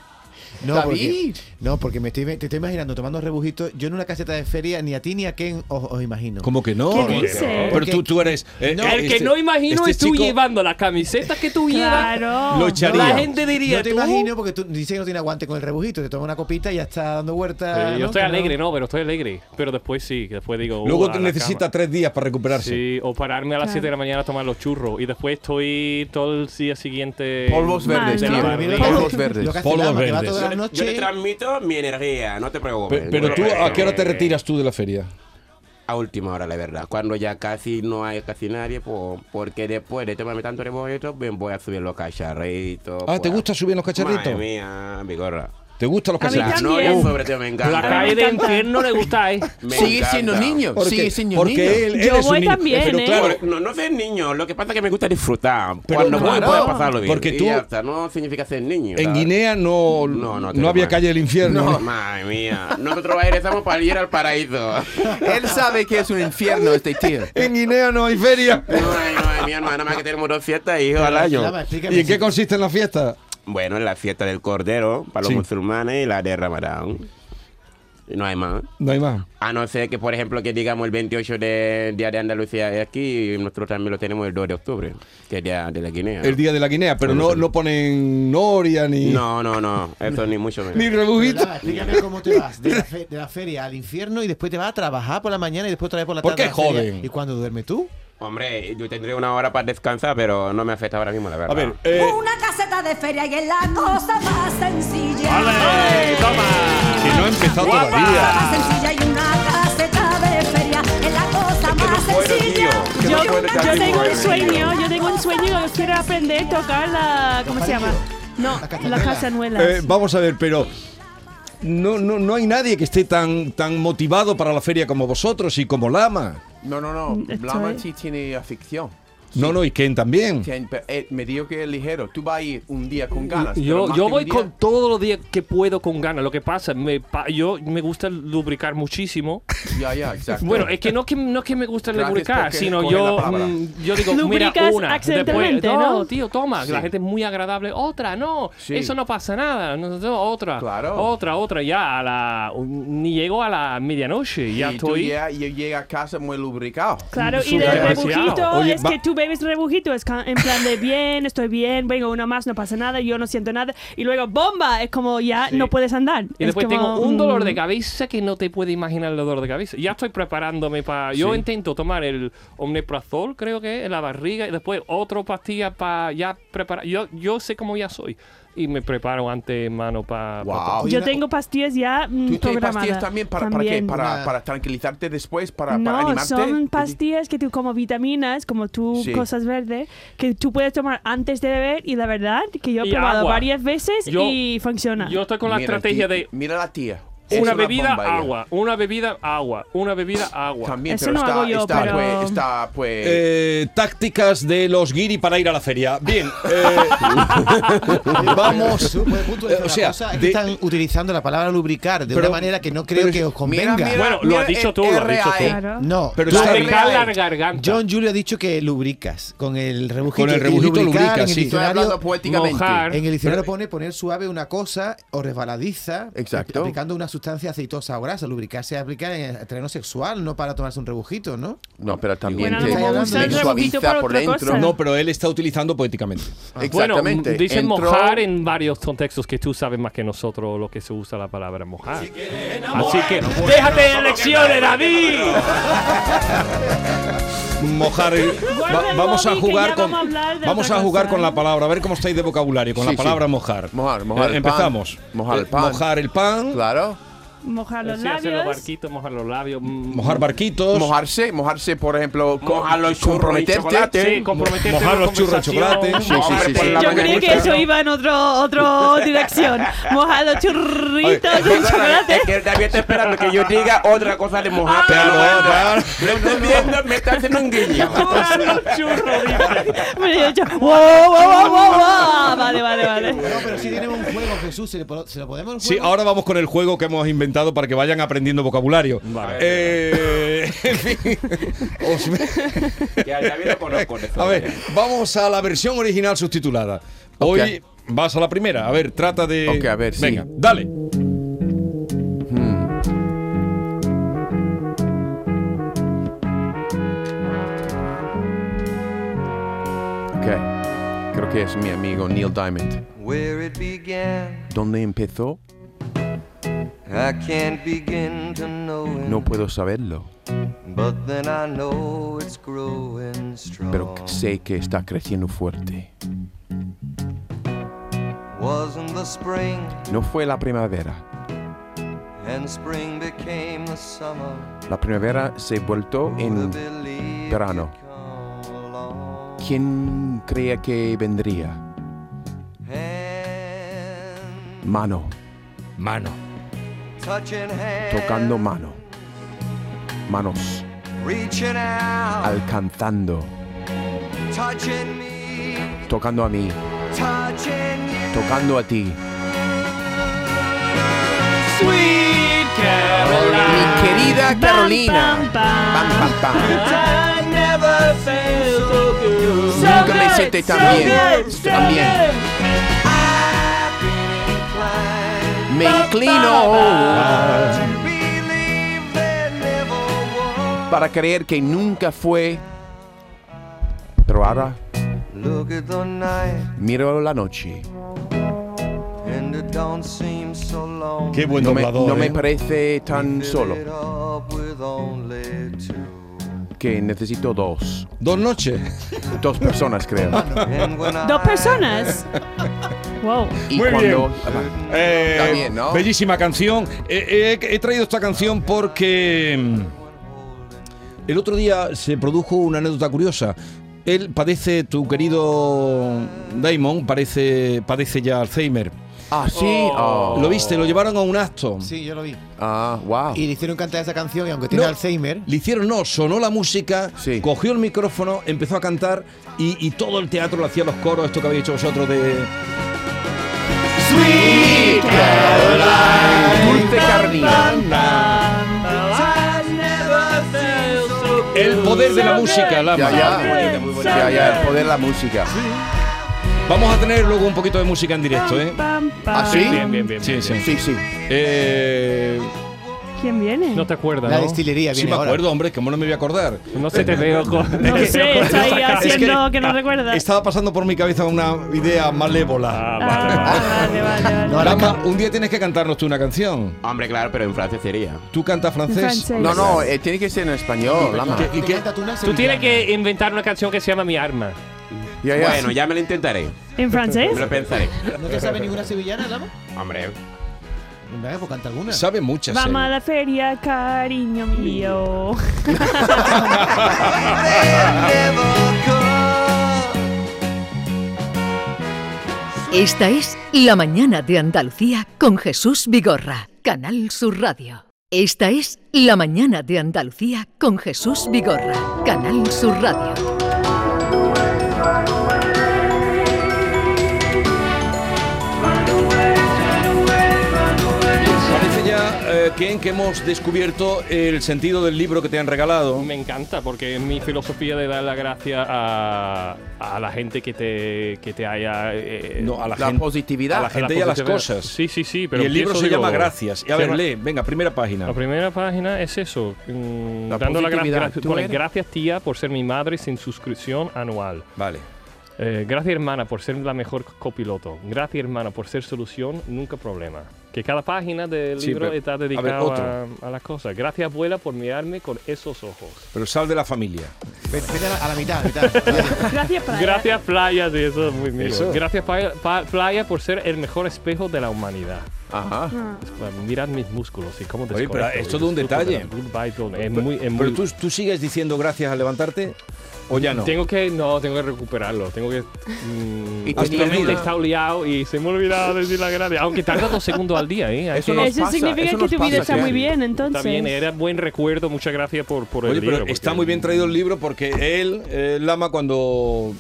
E: no, porque,
C: David.
E: no, porque me estoy, te estoy imaginando tomando rebujitos. Yo en una caseta de feria, ni a ti ni a Ken os, os imagino.
A: ¿Cómo que no?
B: ¿Qué dices?
A: Pero tú, tú eres. eh,
E: No,
A: eh,
D: El que
A: este-
D: no imagino
A: este
D: es tú
A: chico-
D: llevando la camiseta que tú llevas.
B: Claro.
A: Lo echaría.
D: La gente diría,
E: No te
D: ¿tú?
E: imagino porque tú dices que no tiene aguante con el rebujito. Te toma una copita y ya está dando vueltas.
D: Sí, yo
E: ¿no?
D: estoy
E: Que
D: alegre, Ah, no, pero estoy alegre. Pero después sí, después digo.
A: Luego
D: "Uh, a la
A: necesita
D: cama".
A: tres días para recuperarse.
D: Sí, o pararme a las
B: Claro.
D: 7 de la mañana a tomar los churros. Y después estoy todo el día siguiente.
C: Polvos
B: Mal,
C: verdes,
B: ¿no?
C: tío.
E: Ah, Pero mira lo que-
C: Polvos verdes.
E: Lo que hace
A: Polvos
E: Lama, que va
A: verdes.
E: toda la
F: Yo te
E: noche.
F: transmito mi energía, no te preocupes.
A: Pe- Pero,
F: No
A: tú,
F: te
A: ¿a qué hora te
F: preocupes.
A: retiras tú de la feria?
F: A última hora, la verdad. Cuando ya casi no hay casi nadie, pues, porque después de tomarme tanto rebojito, bien voy a subir los cacharritos.
A: Ah, ¿te
F: pues.
A: gusta subir los cacharritos?
F: Madre mía, mi gorra.
A: ¿Te gustan los
B: A mí
A: cacharritos?
F: La
B: también.
F: novia sobre todo me
D: La
F: encanta.
D: calle
B: Me
D: de
B: encanta.
D: infierno le gusta, ¿eh?
F: Me
C: Sigue
F: encanta.
C: siendo niño. Sigue siendo niño.
A: porque él, él
B: Yo
A: es un
B: voy
A: niño.
B: también,
A: pero
B: ¿eh?
A: claro,
F: Por- no, no ser niño, lo que pasa es que me gusta disfrutar.
A: Pero
F: Cuando voy
C: claro.
F: puedo pasarlo bien.
A: Porque
F: Y
A: tú-
F: ya está, no significa ser niño.
A: en
F: ¿sabes?
A: Guinea no, no,
F: No, no, te lo
A: había
F: mangas.
A: calle del infierno.
F: No, madre mía. Nosotros regresamos para ir al paraíso.
C: Él sabe que es un infierno este tío.
A: En Guinea no hay feria.
F: No, no, mi hermana, más que tenemos dos fiestas, hijo, al año.
E: Lama, explícame
A: ¿Y en
E: si-
A: qué consiste en la fiesta?
F: Bueno, la fiesta del Cordero para los
A: Sí.
F: musulmanes y la de Ramadán. No hay más.
A: No hay más.
F: A no ser que, por ejemplo, que digamos el 28 de Día de Andalucía es aquí, y nosotros también lo tenemos el 2 de octubre, que es Día de la Guinea.
A: El día de la Guinea, pero no, no ponen noria ni,
F: No, no, no, eso ni mucho menos.
A: ni rebujito.
E: Lava, explícame cómo te vas de la, fe- de la feria al infierno y después te vas a trabajar por la mañana y después otra vez por la
A: ¿Por
E: tarde.
A: qué
E: a la feria.
A: joden?
E: ¿Y cuándo duermes tú?
F: Hombre, yo tendré una hora para descansar, pero no me afecta ahora mismo, la verdad.
A: A ver, eh,
G: Una caseta de feria y es la cosa más sencilla.
D: ¡Vale! ¡Toma!
A: que no ha empezado
D: Guapa.
G: La
A: todavía.
G: más sencilla y una caseta de feria es la cosa
F: Que no
G: más
F: puedo, tío.
G: sencilla.
F: Que
B: Yo,
F: no puedo, ya
B: yo
F: mismo
B: tengo un
F: es, tío.
B: sueño, yo tengo un sueño y yo quiero aprender a tocar la. ¿Cómo se llama? No,
E: castañuela.
B: la castañuela.
A: Eh, vamos a ver, pero no, no, no hay nadie que esté tan, tan motivado para la feria como vosotros y como Lama.
C: No, no, no.
B: Estoy-
C: Blama sí tiene afición.
A: No, no, y Ken también.
C: Tien- pero, eh, me dijo que es ligero. Tú vas a ir un día con ganas. pero
D: Yo,
C: más
D: yo
C: que
D: voy
C: un día-
D: con todos los días que puedo con ganas. Lo que pasa, me, pa- yo me gusta lubricar muchísimo.
C: Ya, ya, exacto.
D: Bueno, es que no, que no es que me gusta
C: Gracias
D: lubricar,
C: porque
D: sino
C: coge la
D: yo,
C: palabra.
D: mm, yo digo, mira,
B: Lubricas
D: una, después,
B: accidentalmente,
D: no,
B: ¿no?
D: tío, toma, que la gente es muy agradable, otra, no,
C: Sí.
D: eso no pasa nada, no, no, otra,
C: Claro.
D: otra, otra, ya, a la, un- ni llego a la medianoche, ya
C: y tú
D: estoy...
C: ya- yo llego a casa muy lubricado.
B: Claro, y
D: Súper
B: del
D: demasiado.
B: rebujito
A: Oye,
B: es
A: va-
B: que tú bebes rebujito, es ca- en plan de bien, estoy bien, vengo una más, no pasa nada, yo no siento nada. Y luego, bomba, es como ya no puedes andar.
D: Y
B: Es
D: después
B: como,
D: tengo un dolor de
B: mm,
D: cabeza que no te puede imaginar el dolor de cabeza. Ya estoy preparándome para... Yo intento tomar el omeprazol, creo que es, en la barriga, y después otro pastilla para ya preparar... Yo, yo sé cómo ya soy. Y me preparo antes mano para...
C: Wow.
E: Oye,
B: Yo
E: una-
B: tengo pastillas ya mm,
C: ¿Tú tienes
B: programadas.
C: pastillas también para,
B: También.
C: para qué? Para,
E: Ah.
C: para tranquilizarte después, para, para
B: no,
C: animarte.
B: son pastillas que tú como vitaminas, como tú
C: Sí.
B: cosas verdes, que tú puedes tomar antes de beber y la verdad que yo he
D: Y
B: probado
D: agua.
B: varias veces
D: Yo-
B: y funciona.
D: Yo estoy con la
C: Mira,
D: estrategia
C: tí-
D: de
C: Mira la tía. Es
D: una bebida
C: bomba ella.
D: agua, una bebida agua, una bebida agua.
C: También,
B: Eso
C: pero
B: no
C: está,
B: hago yo,
C: está,
B: pero-
C: pues, está, pues,
A: Eh, tácticas de los guiri para ir a la feria. Bien, eh, vamos.
E: Tú puedes puntualizar
A: Eh, o
E: una
A: sea,
E: cosa, es que
A: de-
E: están utilizando la palabra lubricar de
A: Pero-
E: una manera que no creo
A: pero-
E: que os convenga.
C: Mira, mira,
D: Bueno, lo
C: mira eh,
D: has dicho
C: el
D: tú, lo has dicho tú.
C: RAE.
B: claro.
E: No,
A: Pero
E: la
A: está-
E: R-
D: Lubricar la
C: real.
D: garganta.
E: John Julio ha dicho que lubricas con el rebujito.
A: Con el
E: y
A: rebujito lubricas,
E: en el
A: sí.
C: Estoy
E: diccionario,
C: hablando poéticamente.
D: Mojar.
E: en el diccionario pone poner suave una cosa o resbaladiza,
C: Exacto.
E: apl- aplicando una sustancia aceitosa o grasa. Lubricarse es aplicar en el terreno sexual, no para tomarse un rebujito, ¿no?
C: No, pero también
B: Bueno,
E: a lo
C: te-
E: mejor
C: te
E: usan el
B: rebujito para otra cosa.
A: No, pero él está utilizando poéticamente.
D: Bueno,
C: Exactamente.
D: dicen
C: Entró-
D: mojar en varios contextos que tú sabes más que nosotros lo que se usa la palabra mojar. Así que déjate de lecciones, David.
A: Mojar. eh, va-
B: el
A: vamos a
B: móvil, que
A: jugar
B: ya
A: con.
B: vamos a hablar de
A: Vamos
B: otra
A: a jugar
B: cosa,
A: con
B: ¿eh?
A: la palabra. A ver cómo estáis de vocabulario con
C: Sí,
A: la
C: sí.
A: palabra mojar. Eh,
C: Mojar, mojar el pan.
A: empezamos.
C: Mojar el
A: Eh,
C: pan.
A: Mojar el pan.
C: Claro.
B: Mojar los
D: Sí, hacer los
B: labios.
D: barquitos, mojar los labios. mm,
A: Mojar barquitos.
C: Mojarse, mojarse, por ejemplo, con-
F: Mojar los churros y chocolate.
D: Sí, comprometerte
A: Mojar
D: en una
A: los churros de
D: conversación.
A: chocolate. Sí,
C: sí, sí, sí.
B: Yo creí que eso iba en otro, otro dirección. Mojar los churritos de chocolate.
C: eh,
F: Es que David está esperando que yo diga otra cosa de mojar.
A: Claro,
F: pero-
A: claro.
F: Lo estoy viendo, me está haciendo un guiño.
D: Mojar los churros, dice.
B: Me he dicho, wow, wow, wow, wow, wow. Vale, vale, vale.
C: Eh,
E: No, pero si tenemos un juego, Jesús, ¿se, le po- se lo podemos el
A: Sí, oh,
E: juego?
A: ahora vamos con el juego que hemos inventado para que vayan aprendiendo vocabulario.
D: Vale.
A: Eh, en fin, os ve-
F: Que a David lo conozco. de eso.
A: A ver, vamos a la versión original subtitulada. Hoy vas a la primera. A ver, trata de.
C: Ok, a ver, sí.
A: Venga, dale.
C: Ok. Creo que es mi amigo Neil Diamond.
H: Where it began,
C: ¿Dónde empezó?
H: I can't begin to know it.
C: No puedo saberlo,
H: But then I know it's growing strong.
C: pero sé que está creciendo fuerte.
H: Wasn't the spring,
C: No fue la primavera.
H: and spring became the summer.
C: La primavera se voltó en
H: Who'da believed
C: verano.
H: you'd come along?
C: ¿Quién creía que vendría?
H: Hand,
C: Mano,
A: Mano.
H: touching hand,
C: tocando mano. Manos,
H: reaching out,
C: alcanzando,
H: touching me,
C: tocando a mí,
H: touching you.
C: tocando a ti.
D: Sweet
C: Mi
D: Caroline.
C: querida Carolina.
B: Pam, pam,
C: Pam,
B: pam.
C: pam, pam.
D: I never felt so good.
B: So
C: Nunca me
B: good,
C: senté
B: so
C: tan bien.
B: good, so
C: Tan bien.
B: good.
H: I've been inclined
C: Me inclino.
H: to be
C: para creer que nunca fue. Pero ahora
H: Look at the night
C: miro la noche.
H: and it don't seem so long.
A: Qué buen
C: No me,
A: doblador.
C: no me
A: ¿eh?
C: parece tan
H: Fill
C: solo
H: it up with only two.
C: que necesito dos.
A: Dos noches.
C: Dos personas, creo.
A: Ah,
H: And when I
B: Dos personas. Wow.
C: Y
A: Muy
C: cuando. Ah,
A: Eh,
C: Está bien, ¿no?
A: Bellísima canción. Eh, eh, he traído esta canción porque mm, el otro día se produjo una anécdota curiosa. Él padece, tu querido Damon, parece, padece ya Alzheimer.
C: Ah, sí.
D: Oh.
C: oh.
A: Lo viste, lo llevaron a un acto.
E: Sí, yo lo vi.
C: Ah, wow.
E: Y le hicieron cantar esa canción y aunque tiene
A: No.
E: Alzheimer,
A: Le hicieron, no, sonó la música,
C: Sí.
A: cogió el micrófono, empezó a cantar y, y todo el teatro lo hacía los coros, esto que habéis hecho vosotros de...
C: Dulce Carolina.
A: El poder de la música, Lama.
C: Ya, ya. Ya, ya, el poder de la música.
A: Vamos a tener luego un poquito de música en directo, ¿eh?
C: ¿Ah, sí?
D: Bien, bien, bien.
A: Sí,
D: bien,
A: sí.
D: bien.
C: Sí, sí.
A: Eh,
B: ¿Quién viene?
D: No te acuerdas,
E: la
D: ¿no?
E: destilería
A: sí
E: viene
A: me
E: ahora.
A: acuerdo, hombre, como no me voy a acordar.
D: No se te veo con...
B: No sé, está ahí
A: Es que-
B: haciendo que no recuerda.
A: Estaba pasando por mi cabeza una idea malévola.
D: Ah, vale, vale.
B: Ah, vale, vale, vale.
E: ahora
A: Lama, un día tienes que cantarnos tú una canción.
F: Hombre, claro, pero en francés sería.
A: ¿Tú cantas francés?
B: Francés.
C: No, no, eh, tiene que ser en español, Lama.
A: ¿Qué- y
E: Tú
A: qué-
E: canta tú una
D: Tú tienes
E: sevillana.
D: que inventar una canción que se llama Mi Arma.
C: Ya, ya.
F: Bueno, ya me lo intentaré.
B: ¿En francés?
F: Me lo pensaré.
E: ¿No te sabe ninguna sevillana, Lama?
F: Hombre,
E: Venga, pues canta alguna.
A: Sabe muchas. eh.
B: Vamos a la feria, cariño mío.
I: Esta es La Mañana de Andalucía con Jesús Vigorra, Canal Sur Radio. Esta es La Mañana de Andalucía con Jesús Vigorra, Canal Sur Radio.
A: Parece ya, eh, Ken, que hemos descubierto el sentido del libro que te han regalado.
D: Me encanta porque es mi filosofía de dar las gracias a, a la gente que te, que te haya... eh,
A: No, a la,
C: La
A: gente.
C: positividad.
A: a la gente y a las
D: positividad.
A: cosas.
D: Sí, sí, sí. Pero
A: Y el libro
D: empiezo,
A: se
D: digo,
A: llama Gracias. Y a
D: se
A: ver,
D: llama-
A: lee, venga, primera página.
D: La primera página es eso, mm,
C: La
D: dando las
C: positividad.
D: gracias.
C: ¿Tú
D: pone,
C: eres?
D: gracias tía por ser mi madre sin suscripción anual.
A: Vale.
D: Eh, gracias hermana por ser la mejor copiloto. Gracias hermana por ser solución, nunca problema. Que cada página del
A: Sí,
D: libro
A: pero- a
D: está
A: ver,
D: dedicada
A: otro.
D: a, a las cosas. Gracias abuela por mirarme con esos ojos.
A: Pero sal de la familia.
E: Vete vete a la, a la mitad, a la mitad.
B: Gracias, para
D: Gracias playa, sí, eso es muy mío.
A: Eso.
D: Gracias pa- pa- playa por ser el mejor espejo de la humanidad.
C: Ajá.
D: Mirad mis músculos y cómo
A: Oye, pero
D: desconecto
A: es
D: y
A: todo un
D: disfruto de
A: detalle.
D: la Good Vibe Zone. Es muy, es
A: Pero
D: muy-
A: tú, tú sigues diciendo gracias al levantarte o ya no.
D: Tengo que, no, tengo que recuperarlo. Tengo que. mm,
C: Y tenía
D: últimamente
C: una-
D: he estado liado y se me ha olvidado decir la gracia. Aunque tarda dos segundos al día, ¿eh? Hay
C: Eso
D: que-
C: nos
B: Eso
C: pasa,
B: significa
C: eso
B: que
C: nos
B: tu vida
C: pasa,
B: está
C: sí.
B: muy bien, entonces.
D: Está bien, era buen recuerdo. Muchas gracias por, por el
A: Oye, pero
D: libro, porque-
A: está muy bien traído el libro porque él, eh, Lama, cuando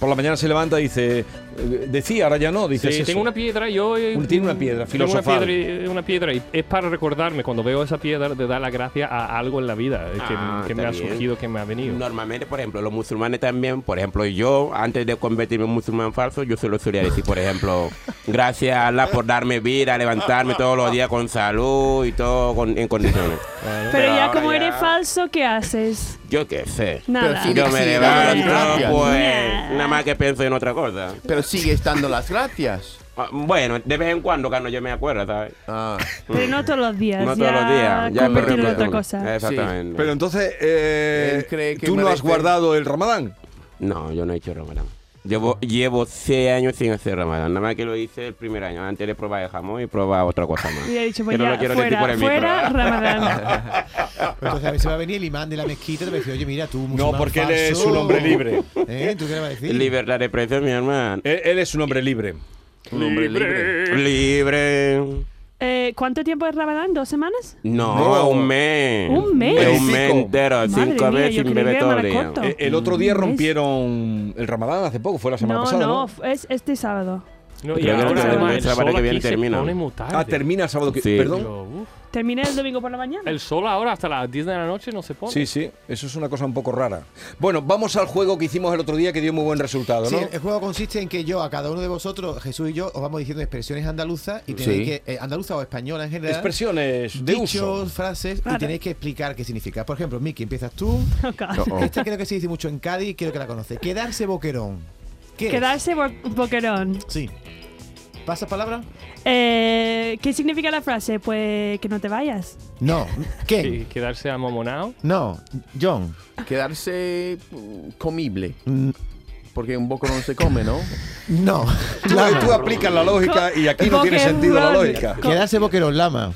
A: por la mañana se levanta, dice, eh, decía, ahora ya no, dice.
D: Sí, tengo una piedra, yo... eh,
A: Un- tiene una piedra,
D: tengo una
A: filosofal.
D: piedra y- una piedra, y es para recordarme cuando veo esa piedra de dar la gracia a algo en la vida eh, que,
F: Ah,
D: que me
F: está
D: ha
F: bien.
D: surgido, que me ha venido.
F: normalmente, por ejemplo, los musulmanes también, por ejemplo, yo, antes de convertirme en musulmán falso, yo solo solía decir, por ejemplo, gracias a Allah por darme vida, levantarme todos los días con salud y todo con- en condiciones.
B: Pero,
F: Pero
B: ya
F: ahora
B: como
F: ya-
B: eres falso, ¿qué haces?
F: Yo qué sé.
B: Nada.
C: sí,
F: Yo me
C: Sí, dando las gracias.
F: levanto, pues,
B: Nah.
F: nada más que pienso en otra cosa.
C: Pero sigue estando las gracias.
F: Ah, Bueno, de vez en cuando, cuando yo me acuerdo, ¿sabes?
C: Ah.
B: Pero no todos los días.
F: No todos los días. Ya me
B: convertirlo en otra
F: recuerdo. Eh,
B: cosa.
F: Exactamente.
A: Pero entonces, eh,
C: Él cree que
A: tú no has
C: merece-
A: guardado el ramadán.
F: No, yo no he hecho ramadán. Llevo, llevo seis años sin hacer ramadán. Nada más que lo hice el primer año. Antes de probar el jamón y probar otra cosa más.
B: Y he dicho,
F: Que
B: pues
F: no
B: ya,
F: lo quiero decir por
B: fuera,
F: el micro.
B: fuera, Ramadán.
E: Pues Entonces a veces va a venir el imán de la mezquita y te va a decir, oye, mira, tú musulmán
A: porque él es
E: falso.
A: un hombre libre.
E: ¿Eh? ¿Tú qué le vas a decir?
F: Libertad de precio, mi hermano.
A: Él, él es un hombre libre.
C: Un hombre libre.
F: Libre.
B: Eh, ¿Cuánto tiempo es Ramadán? ¿Dos semanas?
F: No,
A: No.
F: un mes.
B: Un mes.
F: Es un mes
A: Cinco.
F: entero.
B: Madre
F: cinco
B: mía,
F: veces
B: yo
F: sin
B: creí
F: beber
B: que
F: todo
B: era
F: el día.
B: Maracoto.
A: Eh, el otro día
B: ¿Ves?
A: rompieron el ramadán hace poco, fue la semana
B: no,
A: pasada.
B: no,
A: ¿no?
B: f- es este sábado.
D: No,
F: Creo que
B: la semana-
D: además, el
F: la semana
D: sol
F: que viene
D: aquí se
F: termina.
D: pone muy tarde.
A: Ah, termina el sábado que
F: Sí.
A: Perdón.
D: Digo, uf,
B: Terminé el domingo por la mañana.
D: El sol ahora hasta las 10 de la noche no se pone.
A: Sí, sí, eso es una cosa un poco rara. Bueno, vamos al juego que hicimos el otro día que dio muy buen resultado,
E: Sí,
A: ¿no?
E: el juego consiste en que yo, a cada uno de vosotros, Jesús y yo, os vamos diciendo expresiones andaluzas y tenéis
C: Sí.
E: que. eh, andaluza o española en general.
A: Expresiones de
E: dichos,
A: uso.
E: frases y
B: Vale.
E: tenéis que explicar qué significa. Por ejemplo, Miki, empiezas tú.
B: Ok.
E: Esta creo que se dice mucho en Cádiz, creo que la conoces. Quedarse boquerón. ¿Qué? es?
B: Quedarse bo- boquerón.
E: Sí. ¿Pasas palabra?
B: Eh, ¿Qué significa la frase? Pues que no te vayas.
E: No. ¿Qué?
D: Y quedarse amomonado.
E: No. John.
C: Quedarse mm, comible.
E: Mm,
C: Porque un poco no se come, ¿no?
E: No.
A: Tú, tú aplicas la lógica y aquí no tiene
B: Porque
A: sentido la
B: run.
A: lógica.
E: Quedarse boquerón, lama.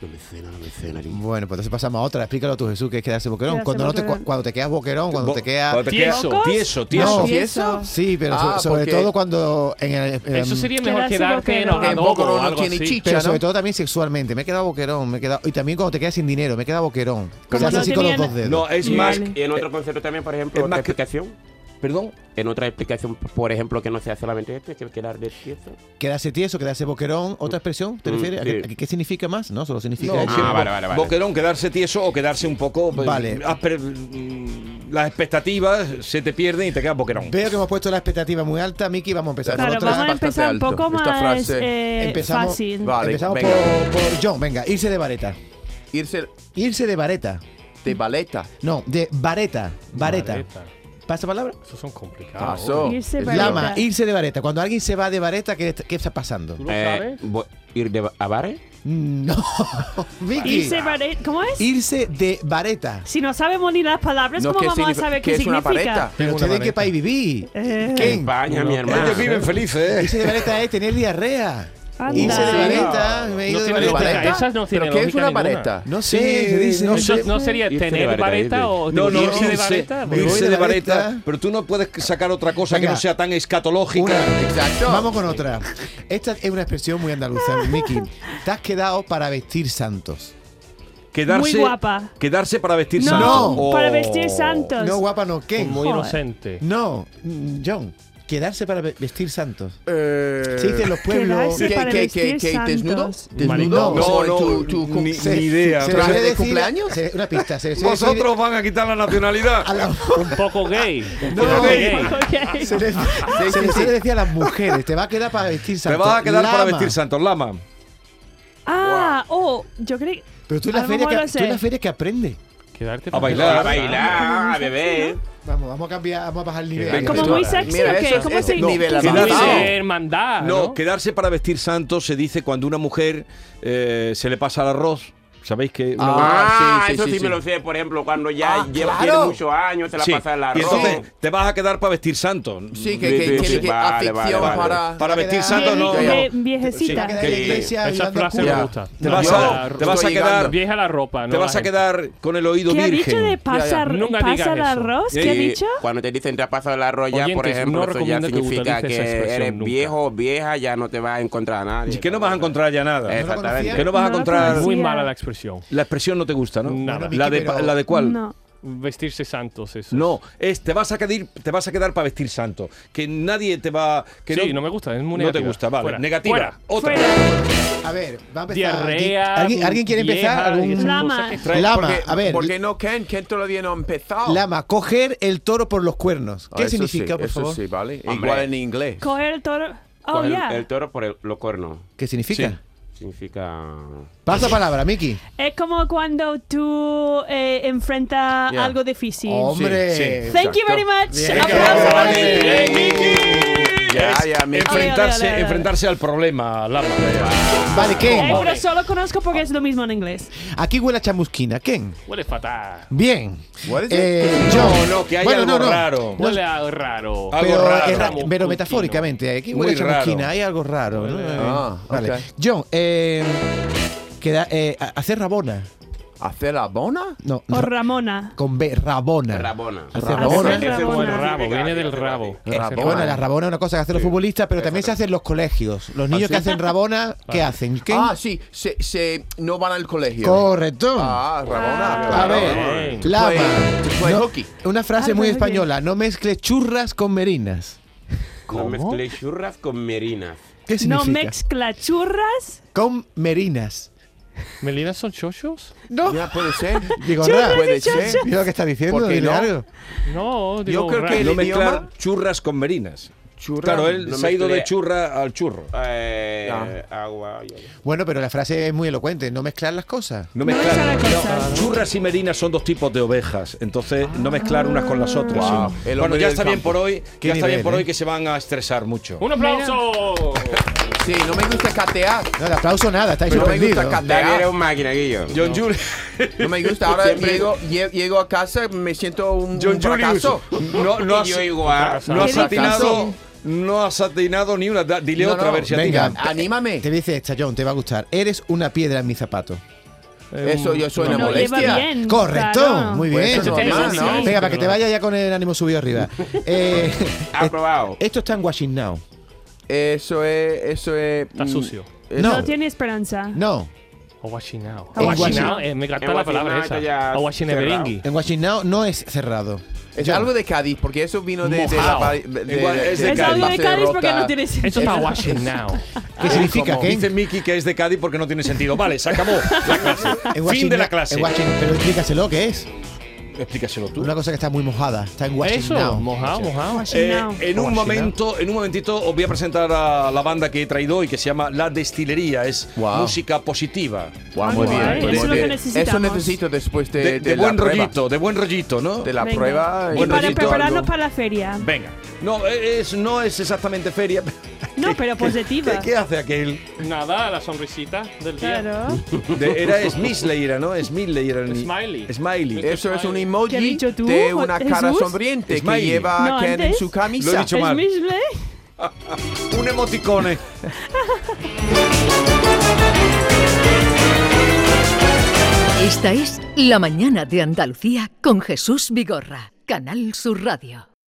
F: No me cena, no me cena.
E: Bueno, pues entonces pasamos a otra. Explícalo tú, Jesús, que es quedarse boquerón.
B: Quedarse
E: cuando, no te,
B: boquerón.
E: cu- cuando te quedas boquerón, cuando
A: Bo-
E: te quedas.
A: cuando te queda-
D: ¿Tieso?
A: Tieso, tieso.
E: No.
B: ¿Y
C: eso?
E: Sí, pero so-
C: Ah,
E: sobre
C: porque-
E: todo cuando. En el, en-
D: Eso sería mejor
B: Quedarse
D: quedarte en
B: boquerón.
C: Que
D: adobo
C: boquerón
D: o
C: no
D: algo
C: tiene
D: así.
C: chicha.
E: Pero
C: ¿no?
E: sobre todo también sexualmente. Me he quedado boquerón. Me he quedado, y también cuando te quedas sin dinero. Me he quedado boquerón.
B: Como
E: Se hace
B: no
E: así con los
B: tenían-
E: dos dedos.
A: No, es
B: Vale.
A: más.
F: Y en otro concepto también, por ejemplo,
A: Es
F: otra
A: más que-
F: explicación.
A: Perdón.
F: En otra explicación, por ejemplo, que no sea solamente este, que quedar de tieso.
E: Quedarse tieso, quedarse boquerón. ¿Otra expresión? ¿Te
F: Mm,
E: refieres? ¿A
F: sí.
E: qué- a qué, qué significa más? No, solo significa
A: No,
E: eso.
A: que
F: Ah,
A: bo-
F: vale, vale, vale.
A: Boquerón, quedarse tieso o quedarse un poco. pues,
E: Vale.
A: asper- mm, las expectativas se te pierden y te quedas boquerón.
E: Veo que hemos puesto la expectativa muy alta, Miki. Vamos a empezar.
C: Claro,
E: con
B: Claro,
E: otra.
B: vamos a
C: bastante
B: empezar un
C: alto.
B: poco
C: Esta
B: más
C: frase-
B: eh,
E: Empezamos-
B: fácil.
C: Vale,
E: Empezamos por,
C: venga.
E: por John. Venga, irse de vareta.
C: Irse
E: Irse de vareta.
C: de baleta.
E: No, de vareta. Vareta.
D: Vareta.
E: ¿Pasa palabra?
D: Esos son
A: Ah,
D: complicados.
A: oh.
C: Pasó.
B: Irse
C: Es
B: Vareta.
E: Lama, irse de vareta. Cuando alguien se va de vareta, ¿qué, qué está pasando? Mm,
D: ¿Tú lo sabes?
F: bo- ¿Ir de ba- Eh, a bares?
E: No. Vicky.
B: Irse vareta. ¿Cómo es?
E: Irse de vareta.
B: Si no sabemos ni las palabras,
C: No,
B: ¿cómo
C: ¿qué
B: vamos a
C: signifi-
B: saber
C: qué
B: qué
C: es una
B: significa?
C: vareta?
E: ¿Pero
D: Tengo
E: usted
D: una
E: en qué
D: vareta.
E: país viví?
B: Eh,
E: ¿Quién?
F: España, mi hermano.
A: Ellos viven felices, ¿eh?
E: Irse de vareta es tener diarrea.
B: Anda.
E: Irse de
B: Sí.
E: vareta, me he
D: No
E: ido de
D: tiene lógica,
E: vareta.
D: esas
C: ¿Pero
D: no tienen
C: qué es
D: lógica
C: una
D: ninguna.
C: vareta?
E: No sé, se dice.
A: no
E: no
A: sé.
E: sé.
D: Eso no sería
F: Irse de
D: tener
F: vareta,
D: vareta
F: irse.
D: o
A: No, no,
D: irse de
A: irse,
D: vareta.
E: me voy
A: irse
E: de
A: de
E: vareta.
A: vareta, pero tú no puedes sacar otra cosa que
E: Venga.
A: no sea tan escatológica.
E: Una.
C: Exacto.
E: Vamos con otra. Esta es una expresión muy andaluza, Miki. Te has quedado para vestir santos.
A: Quedarse,
B: Muy guapa.
A: Quedarse para vestir
B: No,
A: santos.
E: No.
B: para
A: Oh.
B: vestir santos.
E: No, guapa, no. ¿Qué?
D: Muy
B: Joder.
D: inocente.
E: No, mm, John. Quedarse para ve- vestir santos.
C: Eh,
E: Se dice en los pueblos.
B: Quedarse
C: ¿Qué,
B: Para
C: qué, qué,
B: vestir
C: qué, desnudo?
B: santos.
C: ¿Desnudo?
E: Maricón.
A: No,
C: ¿O
A: no,
C: tu- tu cum-
A: ni,
E: se-
A: ni idea.
E: se-
A: Pero
E: se-
C: ¿Traje de
E: decir-
C: cumpleaños?
E: se- una pista. Se, se-
A: Vosotros van a quitar la nacionalidad.
E: a la-
D: Un poco gay. Un
E: No,
D: poco
E: no,
D: gay.
B: Ok.
E: se le, se le suele decir a las mujeres, te va a quedar para vestir
A: Te
E: santo.
A: vas a quedar para
E: Lama.
A: vestir santos, Lama.
B: Ah, oh, yo creí.
E: Pero tú en
B: A
E: las
B: lo
E: ferias
B: mejor lo
E: que, tú en
B: sé.
E: las ferias que aprendes.
D: Quedarte
A: A
F: A
A: bailar.
F: bailar, a beber.
E: Vamos, vamos a cambiar, vamos a bajar el nivel.
D: Venga,
B: Como
D: Eso-
B: muy sexy
C: Mira,
B: o qué?
C: eso es-
B: ¿Cómo
C: ese
B: se
C: nivel
B: qué-
A: avanzado.
B: qué-
A: No.
D: de hermandad.
A: No,
D: Ah, No,
A: quedarse para vestir santos se dice cuando una mujer eh, se le pasa el arroz. ¿Sabéis que una mujer-
F: Ah,
C: sí, sí,
F: eso
C: sí,
F: sí,
C: sí.
F: me lo sé. Por ejemplo, cuando ya
C: Ah,
F: lleva
C: claro.
F: tiene muchos años, se la
A: Sí.
F: pasa el
A: Y
F: arroz.
A: entonces te vas a quedar para vestir santos.
C: Sí, que, que,
F: Sí,
C: que,
F: sí,
C: que,
F: sí. Vale, vale,
C: afección
F: vale.
C: para...
A: Para vestir santos no.
C: Vie-
A: no.
B: vie- viejecita.
A: Sí,
E: Queda
A: que-
E: en la iglesia
D: Esa
E: ayudando a
D: frase
E: curar.
D: me
C: Ya.
D: gusta.
A: Te vas a-
D: Yo-
A: te vas a
C: estoy
A: quedar
C: llegando.
D: Vieja la ropa. ¿no?
A: Te vas
D: La
A: a
D: gente.
A: quedar con el oído
B: ¿Qué ha dicho de
A: virgen.
B: pasar,
D: Nunca
B: pasa
D: digas
B: el
D: eso.
B: arroz? ¿Qué ha
F: Sí,
B: dicho?
F: Cuando te dicen te ha pasado el arroz ya, por
D: Oyentes,
F: ejemplo,
D: no
F: eso ya
D: recomiendo que
F: significa
D: utilices
F: que,
D: esa expresión
F: eres
D: nunca.
F: viejo o vieja, ya no te vas a encontrar a nadie.
A: Y que no vas a encontrar ya nada.
E: ¿No lo conocía?
F: Exactamente.
A: Que no vas a
B: No lo
A: encontrar.
B: conocía.
D: Muy
B: Sí,
D: mala
B: ah.
D: la expresión.
A: La expresión no te gusta, ¿no?
D: Nada.
A: La de,
E: Pero-
A: la de cuál.
B: No.
D: Vestirse santos, eso.
A: No, es te vas a quedar, te vas a quedar para vestir santo. Que nadie te va. Que
D: sí, no, me gusta. Es muy
A: no te
D: negativa.
A: gusta, vale.
D: Fuera.
A: Negativa.
D: Fuera.
A: Otra.
B: Fuera.
E: A ver, va a empezar.
D: Diarrea.
E: ¿Alguien, alguien quiere empezar?
D: vieja, y
E: ¿Algún-
D: esas
B: Lama.
D: cosas que-
A: Trae-
E: Lama,
C: Porque,
E: a ver.
C: ¿Por qué no Ken? Ken todavía no ha empezado.
E: Lama, coger el toro por los cuernos.
C: Ah,
E: ¿Qué
C: eso
E: significa,
C: sí,
E: por
C: eso
E: favor?
C: sí, vale.
F: Hombre.
C: Igual en inglés.
B: Coger el toro. Oh,
F: Coge el-
B: ya.
F: el, toro por el- los cuernos.
E: ¿Qué significa?
A: Sí.
F: Significa.
E: Pasa palabra, Miki.
B: Es como cuando tú eh, enfrentas
C: Ya.
B: algo difícil.
E: Hombre.
A: sí.
B: Thank you very much. Aplauso para Eh,
A: Vale.
B: mí.
A: Bien,
C: Ya, ya, mi-
A: Enfrentarse,
B: Ole, ole, ole, ole.
A: enfrentarse al problema, Lama.
E: Vale,
B: Eh,
E: Ken.
B: pero solo conozco porque es lo mismo en inglés.
E: Aquí huele a chamusquina. Ken.
D: Huele fatal.
E: Bien.
C: What is it?
E: Eh,
A: No,
E: John.
A: no, que hay
E: Bueno,
A: algo
E: no, no.
A: raro.
D: Huele a raro.
A: Algo
E: Pero,
A: raro.
E: es ra-
D: Chamusquino.
E: pero metafóricamente, eh, aquí
A: Muy
E: huele a chamusquina,
A: raro.
E: hay algo raro. ¿no? Eh,
C: Ah,
E: vale.
C: ok.
E: John, eh, queda, eh, a- hacer rabona.
C: ¿Hacer la bona?
E: No,
B: O
E: ra-
B: Ramona.
E: con B, rabona.
F: Rabona.
E: Hacer
C: Rabona.
E: rabona.
B: Hacer
F: Ese
D: Como el
F: bueno,
D: rabo,
F: significa-
D: viene del rabo.
F: Eh,
C: Rabona.
E: Bueno, la rabona es una cosa que hacen los futbolistas, pero también se hace en los colegios. Los niños que hacen rabona, ¿qué hacen? ¿Qué?
C: Ah, sí, se, se, no van al colegio.
E: Correcto.
C: Ah, Rabona.
B: Ah.
E: A
C: claro.
D: Bien.
E: ver, lama.
C: Play- to play
E: No,
C: hockey.
E: una frase
B: Ah,
E: muy
B: play
E: española. No mezcle churras con merinas.
F: No mezclé churras con merinas.
E: ¿Qué
B: No
E: significa?
B: mezcla churras
E: Con merinas.
D: ¿Melinas son chochos?
C: Ya puede ser.
E: Vigorra,
C: Puede ser.
E: mira lo que está diciendo,
C: ¿Por qué
E: dile
C: no?
E: algo.
D: No,
C: Yo
D: digo,
C: creo
D: ra-
C: que
A: No
C: ¿El
A: mezclar
C: idioma?
A: churras con merinas.
C: Churra.
A: Claro, él
F: No
A: se ha ido de
F: mezclé.
A: churra al churro.
F: Eh, Agua. yo-
E: Bueno, pero la frase es muy elocuente, no mezclar las cosas.
A: No
B: mezclar
A: mezclar.
B: las cosas.
A: no, churras y merinas son dos tipos de ovejas, entonces no mezclar unas con las otras.
C: Wow.
A: Sí.
C: El
A: Bueno,
C: hombre
A: ya
C: del
A: está bien
C: campo.
A: por hoy,
E: Qué
A: ya está bien
E: nivel,
A: por hoy
E: ¿eh?
A: que se van a estresar mucho.
D: ¡Un aplauso!
C: Sí, no me gusta catear.
E: No, de aplauso nada, estáis
C: Pero me gusta
E: sorprendidos.
C: cantar.
F: Daniel es un máquina, Guillo.
A: John Julius,
C: No me gusta. Ahora
F: Siempre-
C: llego, lle- llego a casa, me siento un,
A: John Julius,
C: un fracaso.
A: no, no has,
F: Guillo igual.
A: no has
B: Qué
A: atinado,
C: fracaso.
A: no has atinado ni una. Da- Dile
E: No,
A: otra
E: no,
A: versión.
E: venga.
C: Anímame.
E: Te dice esta, John, te va a gustar. Eres una piedra en mi zapato.
C: Eso yo soy
D: No,
C: una
B: No lleva
C: molestia.
B: bien.
E: Correcto,
B: claro.
E: muy bien.
C: Pues eso es normal, ¿no?
E: Venga, para que te vaya ya con el ánimo subido arriba. Eh,
F: Aprobado.
E: esto está en Washington Now.
C: Eso es. Eso es.
D: Está
C: mm,
D: sucio.
C: eso-
E: No.
B: No tiene esperanza.
E: No,
D: Aguachinao.
E: En
D: Aguachinao,
E: Guachinao.
D: eh, me encanta
F: En
D: la palabra
F: Guachinao está
D: esa.
F: ya
D: Aguachineberingui.
E: en Washington Now no es cerrado.
C: Es
E: John,
C: algo de Cádiz, porque eso vino de. de la,
D: Mojao.
C: de- de-
A: Igual, es de
B: Es algo de
C: base
B: Cádiz porque
C: rota.
B: no tiene
D: Eso está
B: sentido.
D: aguachinao.
E: Ah, ¿Qué significa?
C: como-
E: ¿Qué?
A: Dice Miki que es de Cádiz porque no tiene sentido. Vale, se acabó la clase.
E: En
A: fin
E: Washington
A: de la
E: Now-
A: clase.
E: en Washington- pero explícaselo, ¿qué es?
A: Explícaselo tú.
E: Una cosa que está muy mojada. Está en Washington
D: Eso,
E: Now.
D: mojao, mojao.
A: Eh,
B: Aguachinao.
A: en un momento, en un momentito os voy a presentar a la banda que he traído hoy que se llama La Destilería, es
C: Wow.
A: música positiva.
C: Guau,
B: Ah,
C: muy bien.
B: guay,
C: muy
B: eso es lo que
C: bien.
B: necesitamos.
C: Eso necesito después de.
A: De,
C: de
A: de
C: la
A: buen
C: prueba.
A: rollito, de buen rollito, ¿no?
C: De la
B: Venga.
C: prueba.
B: Y
A: Buen
B: para
A: rollito,
B: prepararnos
A: algo.
B: para la feria.
A: Venga. No, eh, es, no es exactamente feria.
B: No, pero
A: ¿Qué,
B: positiva.
A: qué hace aquel?
D: Nada, la sonrisita del día.
B: Claro.
A: De- era Smiley, era, ¿no? Smiley era el
D: Smiley.
A: Smiley.
C: Eso es un
B: ¿Qué has
C: emoji
B: dicho tú,
C: de una
B: Jesús?
C: cara sonriente que
A: Smiley.
C: lleva
B: No,
C: Ken en
B: antes.
C: su camisa.
A: Lo he dicho.
B: ¿Es ¿eh?
A: mal.
B: Misley?
C: Eh,
A: Un emoticone.
I: Esta es La mañana de Andalucía con Jesús Vigorra, Canal Sur Radio.